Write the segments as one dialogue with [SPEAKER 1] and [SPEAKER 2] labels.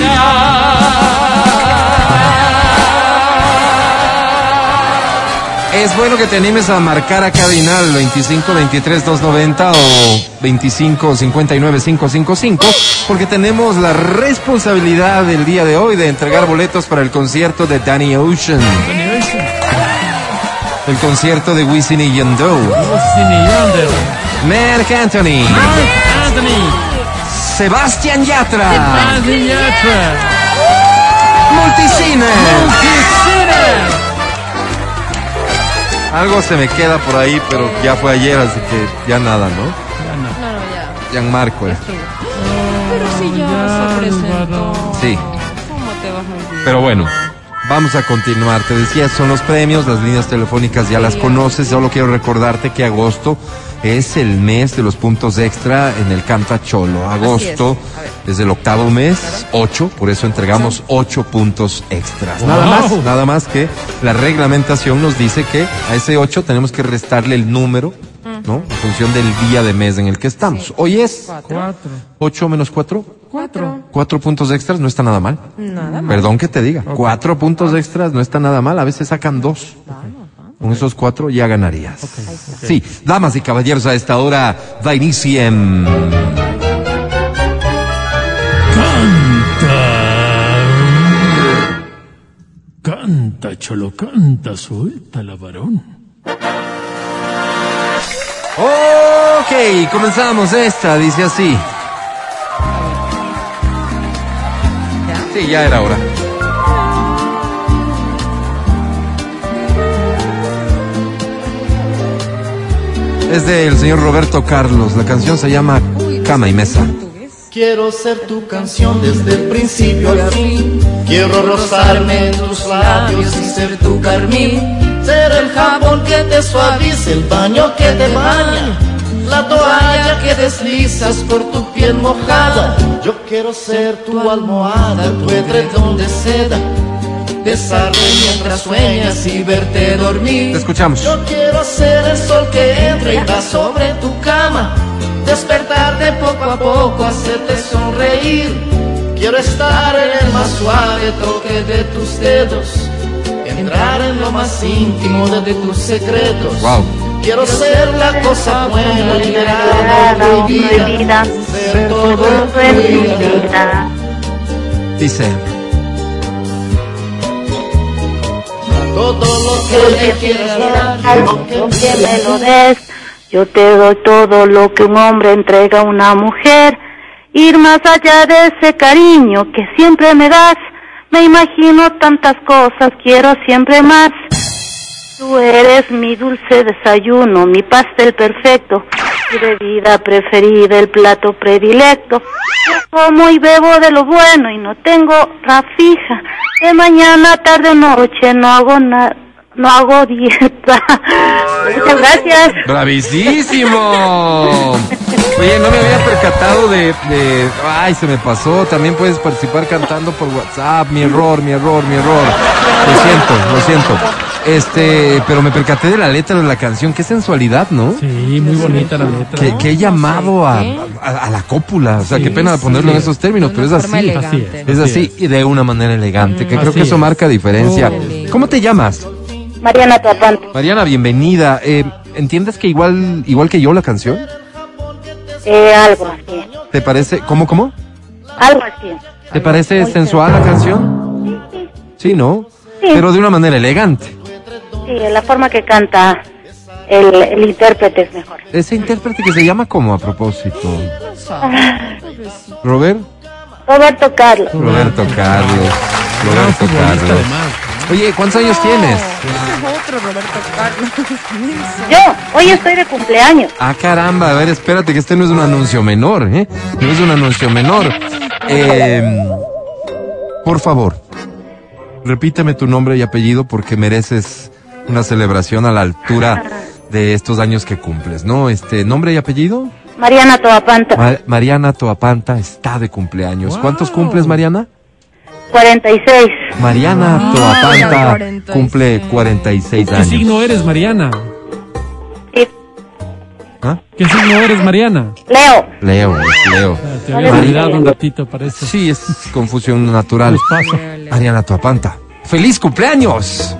[SPEAKER 1] llama cabina.
[SPEAKER 2] Es bueno que te animes a marcar a cabina al 25 23 290 o 25 59 555 porque tenemos la responsabilidad del día de hoy de entregar boletos para el concierto de Danny Ocean. El concierto de Wisin y Yandel.
[SPEAKER 1] Austin y Yandel.
[SPEAKER 2] Mark Anthony.
[SPEAKER 1] Mark Anthony.
[SPEAKER 2] Sebastián Yatra.
[SPEAKER 1] Anthony Yatra.
[SPEAKER 2] Multicine.
[SPEAKER 1] Cine.
[SPEAKER 2] Algo se me queda por ahí, pero ya fue ayer, así que ya nada, ¿no?
[SPEAKER 1] Ya no.
[SPEAKER 3] No, no, ya.
[SPEAKER 2] Gianmarco. eh.
[SPEAKER 3] Pero si ya,
[SPEAKER 1] ya,
[SPEAKER 3] se presentó.
[SPEAKER 1] Álvaro.
[SPEAKER 2] Sí.
[SPEAKER 3] ¿Cómo te vas a olvidar?
[SPEAKER 2] Pero bueno, vamos a continuar. Te decía, son los premios, las líneas telefónicas ya las conoces. Solo quiero recordarte que agosto es el mes de los puntos extra en el Canta Cholo. Agosto
[SPEAKER 3] A ver.
[SPEAKER 2] es el octavo mes, ocho, por eso entregamos ocho puntos extras. Nada
[SPEAKER 1] Wow.
[SPEAKER 2] más, nada más que la reglamentación nos dice que a ese ocho tenemos que restarle el número, ¿no? En función del día de mes en el que estamos. Hoy es
[SPEAKER 1] Cuatro.
[SPEAKER 2] ocho menos cuatro.
[SPEAKER 1] Cuatro.
[SPEAKER 2] Cuatro puntos extras no está nada mal.
[SPEAKER 3] Nada más.
[SPEAKER 2] Perdón que te diga. Cuatro puntos extras no está nada mal. A veces sacan dos. Con esos cuatro ya ganarías. Sí, damas y caballeros, a esta hora da inicio en...
[SPEAKER 1] Canta, cholo, canta, suelta la varón.
[SPEAKER 2] Ok, comenzamos esta, dice así. Sí, ya era hora. Es del señor Roberto Carlos. La canción se llama Cama y Mesa.
[SPEAKER 4] Quiero ser tu canción desde el principio al fin. Quiero rozarme en tus labios y ser tu carmín. Ser el jabón que te suavice, el baño que te baña, la toalla que deslizas por tu piel mojada. Yo quiero ser tu almohada, tu edredón de seda. Besarte mientras sueñas y verte dormir.
[SPEAKER 2] Te escuchamos.
[SPEAKER 4] Yo quiero ser el sol que entra y va sobre tu cama. Despertarte poco a poco, hacerte sonreír. Quiero estar en el más suave toque de tus dedos. Entrar en lo más íntimo de tus secretos.
[SPEAKER 2] Wow.
[SPEAKER 4] Quiero ser la cosa buena, liberada,
[SPEAKER 5] la
[SPEAKER 4] prohibida.
[SPEAKER 5] prohibida,
[SPEAKER 4] Ser todo en tu vida.
[SPEAKER 5] vida.
[SPEAKER 2] Dice...
[SPEAKER 4] Todo lo que me quieras dar, lo que
[SPEAKER 5] Algo que me lo des. Yo te doy todo lo que un hombre entrega a una mujer. Ir más allá de ese cariño que siempre me das. Me imagino tantas cosas, quiero siempre más. Tú eres mi dulce desayuno, mi pastel perfecto, mi bebida preferida, el plato predilecto. Yo como y bebo de lo bueno y no tengo rafija. De mañana, tarde o noche no hago na- no hago dieta. Muchas gracias.
[SPEAKER 2] ¡Bravísimo! Oye, no me había percatado de, de- Ay, se me pasó. También puedes participar cantando por WhatsApp. Mi error, mi error, mi error. Lo siento, lo siento. Este, pero me percaté de la letra de la canción. Qué sensualidad, ¿no?
[SPEAKER 1] Sí, muy bonita la letra.
[SPEAKER 2] Que, que he llamado a, a- a la cópula. O sea, qué pena ponerlo en esos términos, pero es así.
[SPEAKER 1] Así es.
[SPEAKER 2] Es así y de una manera elegante, que creo
[SPEAKER 1] Así
[SPEAKER 2] que eso
[SPEAKER 1] es.
[SPEAKER 2] marca diferencia. ¿Cómo te llamas?
[SPEAKER 5] Mariana Tapante.
[SPEAKER 2] Mariana, bienvenida. Eh, ¿Entiendes que igual, igual que yo la canción?
[SPEAKER 5] Eh, algo así.
[SPEAKER 2] ¿Te parece? ¿Cómo, cómo?
[SPEAKER 5] Algo así.
[SPEAKER 2] ¿Te parece sensual la canción? Sí, ¿no?
[SPEAKER 5] Sí.
[SPEAKER 2] Pero de una manera elegante.
[SPEAKER 5] Sí, la forma que canta el, el intérprete es mejor.
[SPEAKER 2] Ese intérprete que se llama como a propósito. Robert?
[SPEAKER 5] Roberto Carlos.
[SPEAKER 2] Roberto Carlos.
[SPEAKER 1] Ah,
[SPEAKER 2] Roberto
[SPEAKER 1] futbolista,
[SPEAKER 2] Carlos.
[SPEAKER 1] además.
[SPEAKER 2] Oye, ¿cuántos años tienes?
[SPEAKER 5] Yo, hoy estoy de cumpleaños.
[SPEAKER 2] Ah, caramba, a ver, espérate, que este no es un anuncio menor, ¿eh? No es un anuncio menor. Eh, por favor, repíteme tu nombre y apellido porque mereces una celebración a la altura de estos años que cumples, ¿no? Este, ¿nombre y apellido?
[SPEAKER 5] Mariana Toapanta,
[SPEAKER 2] Ma- Mariana Toapanta está de cumpleaños. ¿Cuántos cumples, Mariana?
[SPEAKER 5] 46.
[SPEAKER 2] Mariana Toapanta
[SPEAKER 3] 46.
[SPEAKER 2] cumple 46
[SPEAKER 1] ¿Qué
[SPEAKER 2] años.
[SPEAKER 1] signo eres, Mariana?
[SPEAKER 5] Sí,
[SPEAKER 2] ¿Ah?
[SPEAKER 1] ¿Qué signo eres, Mariana?
[SPEAKER 5] Leo,
[SPEAKER 2] Leo, es Leo.
[SPEAKER 1] Ah, Te había olvidado un ratito, parece.
[SPEAKER 2] Sí, es confusión natural.
[SPEAKER 1] Les paso.
[SPEAKER 2] Ariana Tuapanta. ¡Feliz cumpleaños!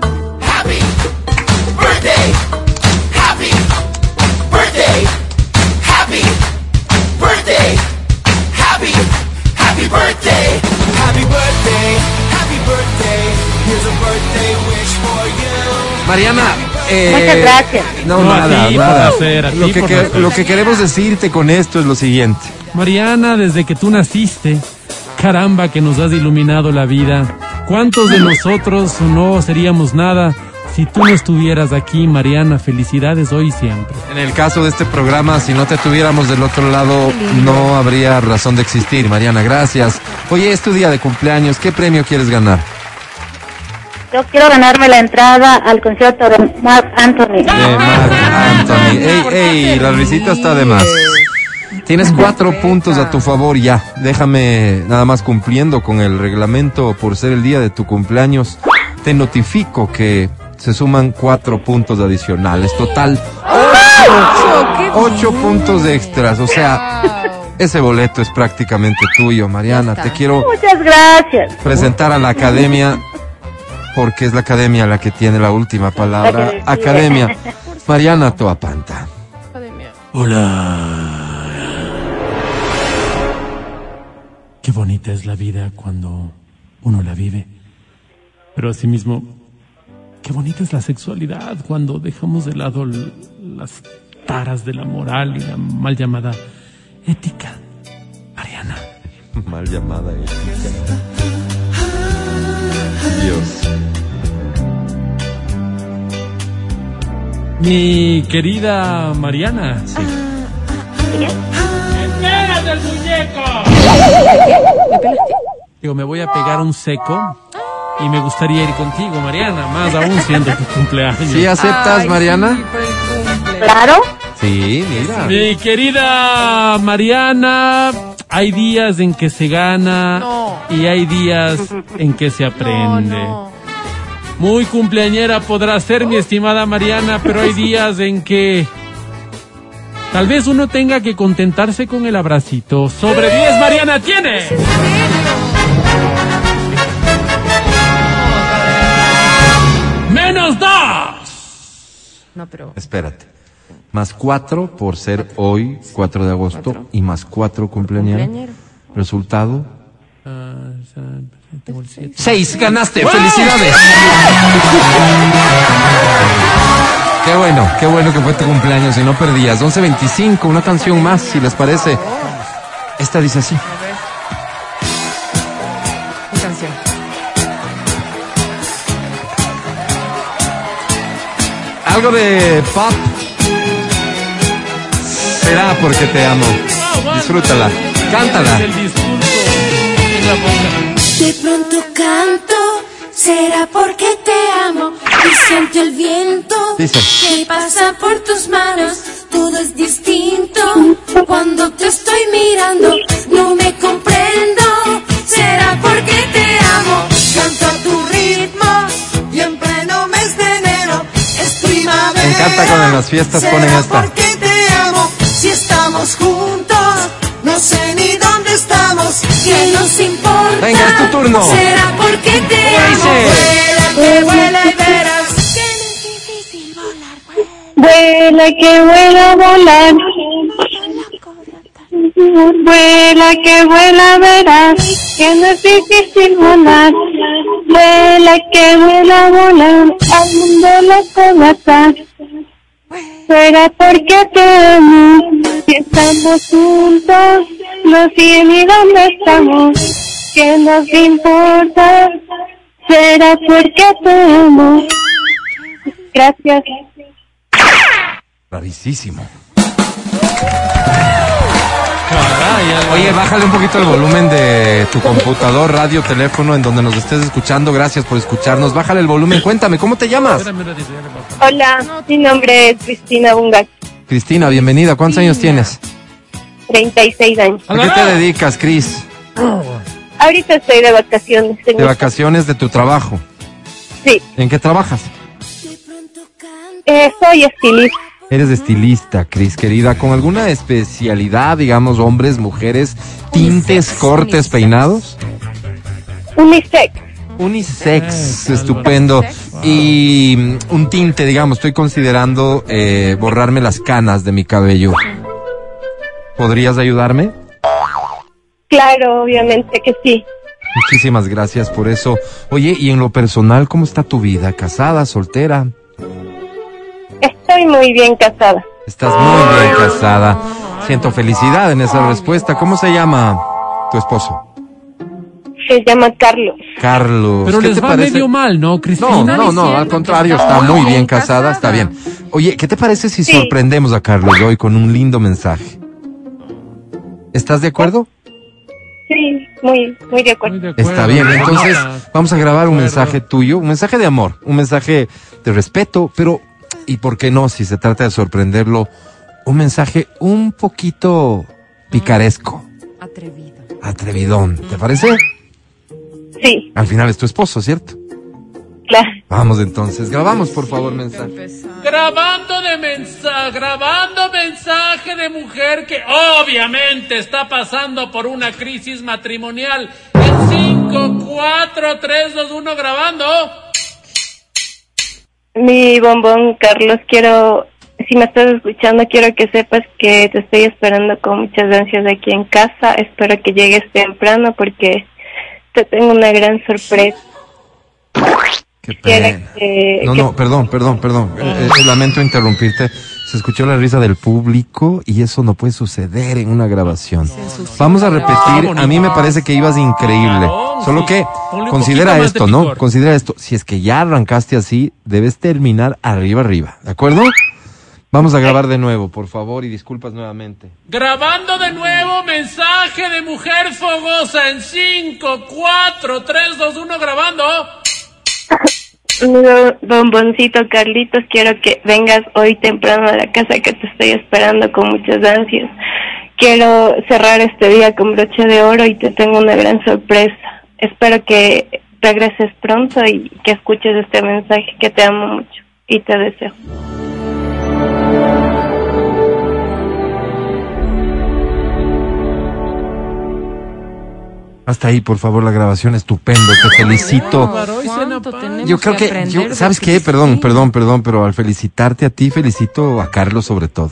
[SPEAKER 2] Mariana, eh,
[SPEAKER 5] Muchas gracias.
[SPEAKER 2] No,
[SPEAKER 1] No, a
[SPEAKER 2] nada,
[SPEAKER 1] ti por
[SPEAKER 2] nada.
[SPEAKER 1] hacer, a
[SPEAKER 2] lo,
[SPEAKER 1] ti
[SPEAKER 2] que,
[SPEAKER 1] por
[SPEAKER 2] que-
[SPEAKER 1] hacer.
[SPEAKER 2] lo que queremos decirte con esto es lo siguiente.
[SPEAKER 1] Mariana, desde que tú naciste, caramba que nos has iluminado la vida. ¿Cuántos de nosotros no seríamos nada si tú no estuvieras aquí, Mariana? Felicidades hoy y siempre.
[SPEAKER 2] En el caso de este programa, si no te tuviéramos del otro lado, no habría razón de existir. Mariana, gracias. Oye, es tu día de cumpleaños. ¿Qué premio quieres ganar?
[SPEAKER 5] yo quiero ganarme la entrada al concierto de Mark
[SPEAKER 2] De
[SPEAKER 5] Anthony.
[SPEAKER 2] Marc Anthony. Ey, ey, la risita está de más. Tienes cuatro puntos a tu favor ya. Déjame, nada más cumpliendo con el reglamento por ser el día de tu cumpleaños, te notifico que se suman cuatro puntos adicionales. Total,
[SPEAKER 3] qué
[SPEAKER 2] ocho puntos extras. O sea,
[SPEAKER 3] Wow.
[SPEAKER 2] ese boleto es prácticamente tuyo, Mariana.
[SPEAKER 3] Ya
[SPEAKER 2] Te
[SPEAKER 3] está.
[SPEAKER 2] quiero
[SPEAKER 5] Muchas gracias.
[SPEAKER 2] presentar a la academia, porque es la academia la que tiene la última palabra.
[SPEAKER 5] La que decide.
[SPEAKER 2] Academia. Mariana Toapanta.
[SPEAKER 3] Academia.
[SPEAKER 1] Hola. Qué bonita es la vida cuando uno la vive. Pero asimismo, qué bonita es la sexualidad cuando dejamos de lado l- las taras de la moral y la mal llamada ética. Mariana.
[SPEAKER 2] Mal llamada ética. Dios.
[SPEAKER 1] Mi querida Mariana. Digo, me voy a pegar un seco y me gustaría ir contigo, Mariana, más aún siendo tu cumpleaños.
[SPEAKER 2] ¿Sí aceptas,
[SPEAKER 3] Ay, sí,
[SPEAKER 2] Mariana?
[SPEAKER 3] por el cumple.
[SPEAKER 5] Claro.
[SPEAKER 2] Sí, mira.
[SPEAKER 1] Mi querida Mariana, hay días en que se gana
[SPEAKER 3] No.
[SPEAKER 1] y hay días en que se
[SPEAKER 3] No,
[SPEAKER 1] aprende.
[SPEAKER 3] no.
[SPEAKER 1] Muy cumpleañera podrá ser mi estimada Mariana, pero hay días en que tal vez uno tenga que contentarse con el abracito. Sobre 10 Mariana tiene. Menos dos.
[SPEAKER 3] No, pero.
[SPEAKER 2] Espérate. Más cuatro por ser hoy, 4 de agosto, y más cuatro cumpleaños.
[SPEAKER 3] Cumpleañero.
[SPEAKER 2] Resultado.
[SPEAKER 1] Ah, o sea, tengo el siete.
[SPEAKER 2] Seis, ganaste. ¡Felicidades! Qué bueno, qué bueno que fue tu cumpleaños y no perdías. 11.25, una canción más, si les parece. Esta dice así.
[SPEAKER 3] Mi canción.
[SPEAKER 2] Algo de pop. Será porque te amo. Disfrútala. Cántala.
[SPEAKER 1] Es el discurso. Es la boca.
[SPEAKER 6] De pronto canto, será porque te amo y siento el viento
[SPEAKER 2] Dice.
[SPEAKER 6] que pasa por tus manos. Todo es distinto cuando te estoy mirando. No me comprendo, será porque te amo. Canto a tu ritmo y en pleno mes de enero es primavera.
[SPEAKER 2] Me encanta cuando en las fiestas
[SPEAKER 6] Será
[SPEAKER 2] ponen esta.
[SPEAKER 6] porque te amo. Si estamos juntos, no sé ni dónde estamos. ¿Qué nos importa?
[SPEAKER 2] Venga, es tu turno.
[SPEAKER 6] Será porque te amo. Vuela, que vuela y verás. Que no es difícil volar. Vuela,
[SPEAKER 5] Vuela que vuela, volar.
[SPEAKER 6] vuela, cobra, tal.
[SPEAKER 5] Vuela que vuela, verás que no es difícil volar. Vuela que vuela, volar al mundo loco matar. Será porque te amo. Si estamos juntos, no sé ni dónde estamos. ¿Qué nos importa? Será porque te amo. Gracias.
[SPEAKER 2] Rarísimo.
[SPEAKER 1] Caray, algo.
[SPEAKER 2] Oye, bájale un poquito el volumen de tu computador, radio, teléfono, en donde nos estés escuchando. Gracias por escucharnos. Bájale el volumen. Cuéntame, ¿cómo te llamas?
[SPEAKER 1] Espérame un ratito, ya le paso.
[SPEAKER 5] Hola, mi nombre es Cristina Bunga,
[SPEAKER 2] Cristina, bienvenida. ¿Cuántos años tienes?
[SPEAKER 5] 36 años.
[SPEAKER 2] ¿A qué te
[SPEAKER 1] Alvarado.
[SPEAKER 2] dedicas, Cris?
[SPEAKER 5] Ahorita estoy de vacaciones. en
[SPEAKER 2] De
[SPEAKER 5] mi-
[SPEAKER 2] vacaciones de tu trabajo.
[SPEAKER 5] Sí,
[SPEAKER 2] ¿En qué trabajas?
[SPEAKER 6] De pronto canto.
[SPEAKER 5] eh, soy estilista.
[SPEAKER 6] por
[SPEAKER 2] Eres estilista, Cris, querida, con alguna especialidad, digamos, hombres, mujeres, tintes,
[SPEAKER 3] Unisex,
[SPEAKER 2] cortes,
[SPEAKER 3] unisex.
[SPEAKER 2] peinados.
[SPEAKER 7] Unisex.
[SPEAKER 2] Unisex,
[SPEAKER 1] Ah,
[SPEAKER 2] estupendo.
[SPEAKER 3] unisex.
[SPEAKER 2] Y mm, un tinte, digamos, estoy considerando eh, borrarme las canas de mi cabello. ¿Podrías ayudarme?
[SPEAKER 7] Claro, obviamente que sí.
[SPEAKER 2] Muchísimas gracias por eso. Oye, y en lo personal, ¿cómo está tu vida? ¿Casada, soltera?
[SPEAKER 7] Estoy muy bien casada.
[SPEAKER 2] Estás muy bien casada. Siento felicidad en esa respuesta. ¿Cómo se llama tu esposo?
[SPEAKER 7] Se llama Carlos.
[SPEAKER 2] Carlos.
[SPEAKER 1] Pero
[SPEAKER 2] ¿qué
[SPEAKER 1] les
[SPEAKER 2] te
[SPEAKER 1] va
[SPEAKER 2] parece?
[SPEAKER 1] medio mal, ¿no,
[SPEAKER 2] No,
[SPEAKER 1] Cristina?
[SPEAKER 2] no, no,
[SPEAKER 3] diciendo
[SPEAKER 2] al
[SPEAKER 3] que
[SPEAKER 2] contrario,
[SPEAKER 3] está
[SPEAKER 2] está muy
[SPEAKER 3] muy
[SPEAKER 2] bien
[SPEAKER 3] bien
[SPEAKER 2] casada,
[SPEAKER 3] casada.
[SPEAKER 2] está bien. Oye, ¿qué te parece si
[SPEAKER 7] Sí.
[SPEAKER 2] sorprendemos a Carlos hoy con un lindo mensaje? ¿Estás de acuerdo?
[SPEAKER 7] Sí, muy, muy de acuerdo.
[SPEAKER 1] Muy de acuerdo.
[SPEAKER 2] Está bien, entonces
[SPEAKER 1] Nota.
[SPEAKER 2] vamos a grabar un
[SPEAKER 1] De acuerdo.
[SPEAKER 2] mensaje tuyo, un mensaje de amor, un mensaje de respeto, pero, ¿y por qué no si se trata de sorprenderlo? Un mensaje un poquito picaresco,
[SPEAKER 3] Atrevido.
[SPEAKER 2] atrevidón, ¿te parece?
[SPEAKER 7] Sí,
[SPEAKER 2] Al final es tu esposo, ¿cierto?
[SPEAKER 7] claro.
[SPEAKER 2] Vamos entonces, grabamos por favor mensaje.
[SPEAKER 8] Grabando de mensaje, grabando mensaje de mujer que obviamente está pasando por una crisis matrimonial. En 5, 4, 3, 2, 1, grabando.
[SPEAKER 7] Mi bombón, Carlos, quiero, si me estás escuchando, quiero que sepas que te estoy esperando con muchas ansias aquí en casa. Espero que llegues temprano porque te tengo una gran sorpresa.
[SPEAKER 2] Qué
[SPEAKER 7] Quisiera
[SPEAKER 2] pena.
[SPEAKER 7] que- eh,
[SPEAKER 2] No,
[SPEAKER 7] que- Ah.
[SPEAKER 2] no, perdón, perdón, perdón. Eh, eh, lamento interrumpirte. Se escuchó la risa del público y eso no puede suceder en una grabación. Vamos a repetir. A mí me parece que ibas increíble. Solo que
[SPEAKER 1] Ponle un
[SPEAKER 2] considera
[SPEAKER 1] poquito más
[SPEAKER 2] esto,
[SPEAKER 1] de
[SPEAKER 2] ¿no?
[SPEAKER 1] picor.
[SPEAKER 2] Considera esto. Si es que ya arrancaste así, debes terminar arriba, arriba. ¿De acuerdo? Vamos a grabar de nuevo, por favor, y disculpas nuevamente.
[SPEAKER 8] Grabando de nuevo mensaje de mujer fogosa. En 5, 4, 3, 2, 1, grabando.
[SPEAKER 7] Mi bo- bomboncito, Carlitos, quiero que vengas hoy temprano a la casa que te estoy esperando con muchas ansias. Quiero cerrar este día con broche de oro y te tengo una gran sorpresa. Espero que regreses pronto y que escuches este mensaje que te amo mucho y te deseo.
[SPEAKER 2] Hasta ahí, por favor, la grabación. Estupendo. Te felicito. Yo creo que, yo- ¿sabes qué? Perdón, perdón, perdón, pero al felicitarte a ti, felicito a Carlos sobre todo.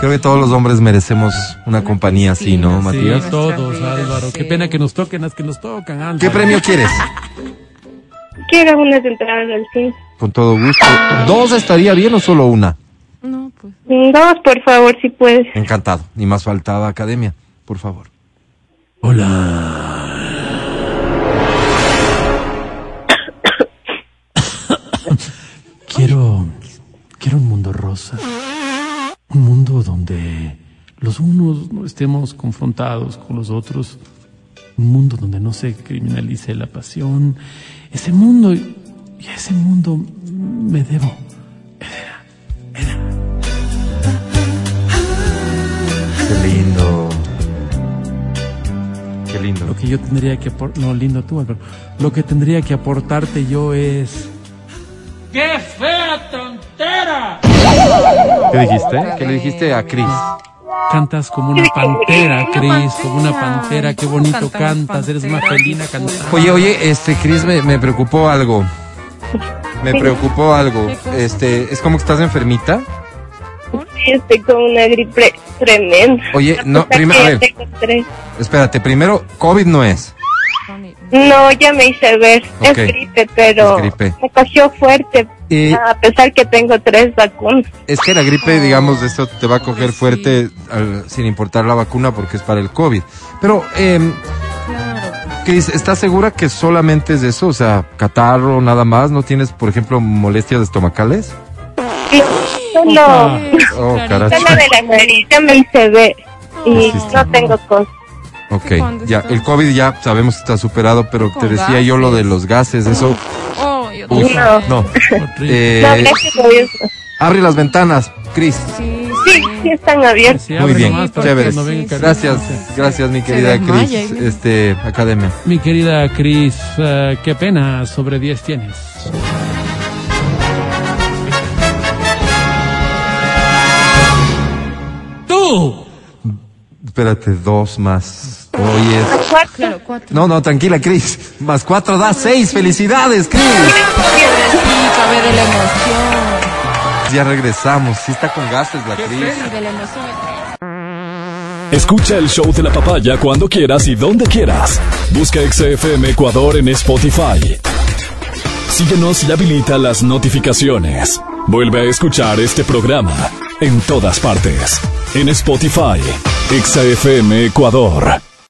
[SPEAKER 2] Creo que todos los hombres merecemos una compañía así, ¿no,
[SPEAKER 3] compañía,
[SPEAKER 1] Sí,
[SPEAKER 2] Matías?
[SPEAKER 3] Nuestra
[SPEAKER 1] todos,
[SPEAKER 3] vida,
[SPEAKER 1] Álvaro. Qué
[SPEAKER 3] sí.
[SPEAKER 1] pena que nos toquen las que nos tocan, Álvaro.
[SPEAKER 2] ¿Qué premio quieres?
[SPEAKER 7] Quiero unas entradas al cine.
[SPEAKER 2] Con todo gusto. ¿Dos estaría bien o solo una?
[SPEAKER 3] No, pues.
[SPEAKER 7] Mm, Dos, por favor, si puedes.
[SPEAKER 2] Encantado. Ni más faltaba academia, por favor.
[SPEAKER 1] Hola. quiero. Quiero un mundo rosa. Un mundo donde los unos no estemos confrontados con los otros. Un mundo donde no se criminalice la pasión. Ese mundo. Y a ese mundo me debo.
[SPEAKER 2] Qué lindo. Qué lindo.
[SPEAKER 1] Lo que yo tendría que apor- No, lindo tú, Álvaro. Lo que tendría que aportarte yo es.
[SPEAKER 8] ¡Qué fea tontera!
[SPEAKER 2] ¿Qué dijiste? ¿Qué le dijiste a Cris?
[SPEAKER 1] Cantas como una pantera, Cris, como una
[SPEAKER 3] pantera.
[SPEAKER 1] pantera, qué
[SPEAKER 3] ¿Cómo
[SPEAKER 1] bonito
[SPEAKER 3] cantan las
[SPEAKER 1] cantas, eres una
[SPEAKER 3] panteras?
[SPEAKER 1] felina cantante.
[SPEAKER 2] Oye, oye, este, Cris, me, me preocupó algo. Me preocupó algo. Este, es como que estás enfermita.
[SPEAKER 7] Sí, estoy con una gripe tremenda.
[SPEAKER 2] Oye,
[SPEAKER 7] La
[SPEAKER 2] no,
[SPEAKER 7] cosa
[SPEAKER 2] primero, a
[SPEAKER 7] Pues que
[SPEAKER 2] ver.
[SPEAKER 7] tengo tres.
[SPEAKER 2] Espérate, primero, COVID no es.
[SPEAKER 7] No, ya me hice ver.
[SPEAKER 2] Ok.
[SPEAKER 7] Es gripe, pero
[SPEAKER 2] Es gripe.
[SPEAKER 7] me cogió fuerte.
[SPEAKER 2] Eh,
[SPEAKER 7] A pesar que tengo tres vacunas.
[SPEAKER 2] es que la gripe, digamos, esto te va a coger fuerte al- sin importar la vacuna porque es para el COVID. Pero, eh, Cris, ¿estás segura que solamente es eso? O sea, catarro, nada más. ¿No tienes, por ejemplo, molestias estomacales?
[SPEAKER 7] Solo,
[SPEAKER 2] Oh, carajo.
[SPEAKER 7] solo de la nariz ya me hice ver. Y no tengo cosa.
[SPEAKER 2] Ok,
[SPEAKER 3] cuando
[SPEAKER 2] ya,
[SPEAKER 3] estás-
[SPEAKER 2] el COVID ya sabemos que está superado, pero te
[SPEAKER 3] Con
[SPEAKER 2] decía yo lo de los gases, eso.
[SPEAKER 3] Oh, yo
[SPEAKER 2] Uf,
[SPEAKER 7] No.
[SPEAKER 2] no.
[SPEAKER 1] Horrible.
[SPEAKER 2] Eh,
[SPEAKER 7] No, gracias a Dios.
[SPEAKER 2] abre las ventanas, Cris.
[SPEAKER 3] Sí,
[SPEAKER 7] Sí, sí están abiertas.
[SPEAKER 1] Se
[SPEAKER 2] Muy
[SPEAKER 1] abre
[SPEAKER 2] bien,
[SPEAKER 1] nomás para que
[SPEAKER 2] chévere.
[SPEAKER 1] no venga cargando.
[SPEAKER 2] Gracias, gracias mi querida
[SPEAKER 3] desmaya
[SPEAKER 2] Cris,
[SPEAKER 3] ahí.
[SPEAKER 2] este, academia.
[SPEAKER 1] Mi querida Cris, eh, qué pena, sobre 10 tienes.
[SPEAKER 2] Espérate, dos más. Hoy es...
[SPEAKER 7] Cuatro.
[SPEAKER 3] Claro, cuatro.
[SPEAKER 2] No, no, tranquila, Cris. Más cuatro da seis. ¡Felicidades, Cris!
[SPEAKER 3] Pica, ve de la emoción.
[SPEAKER 2] Ya regresamos. Sí está con gases la Cris.
[SPEAKER 3] Sí, de la emoción.
[SPEAKER 9] Escucha el show de la papaya cuando quieras y donde quieras. Busca XFM Ecuador en Spotify. Síguenos y habilita las notificaciones. Vuelve a escuchar este programa en todas partes. En Spotify, XFM Ecuador.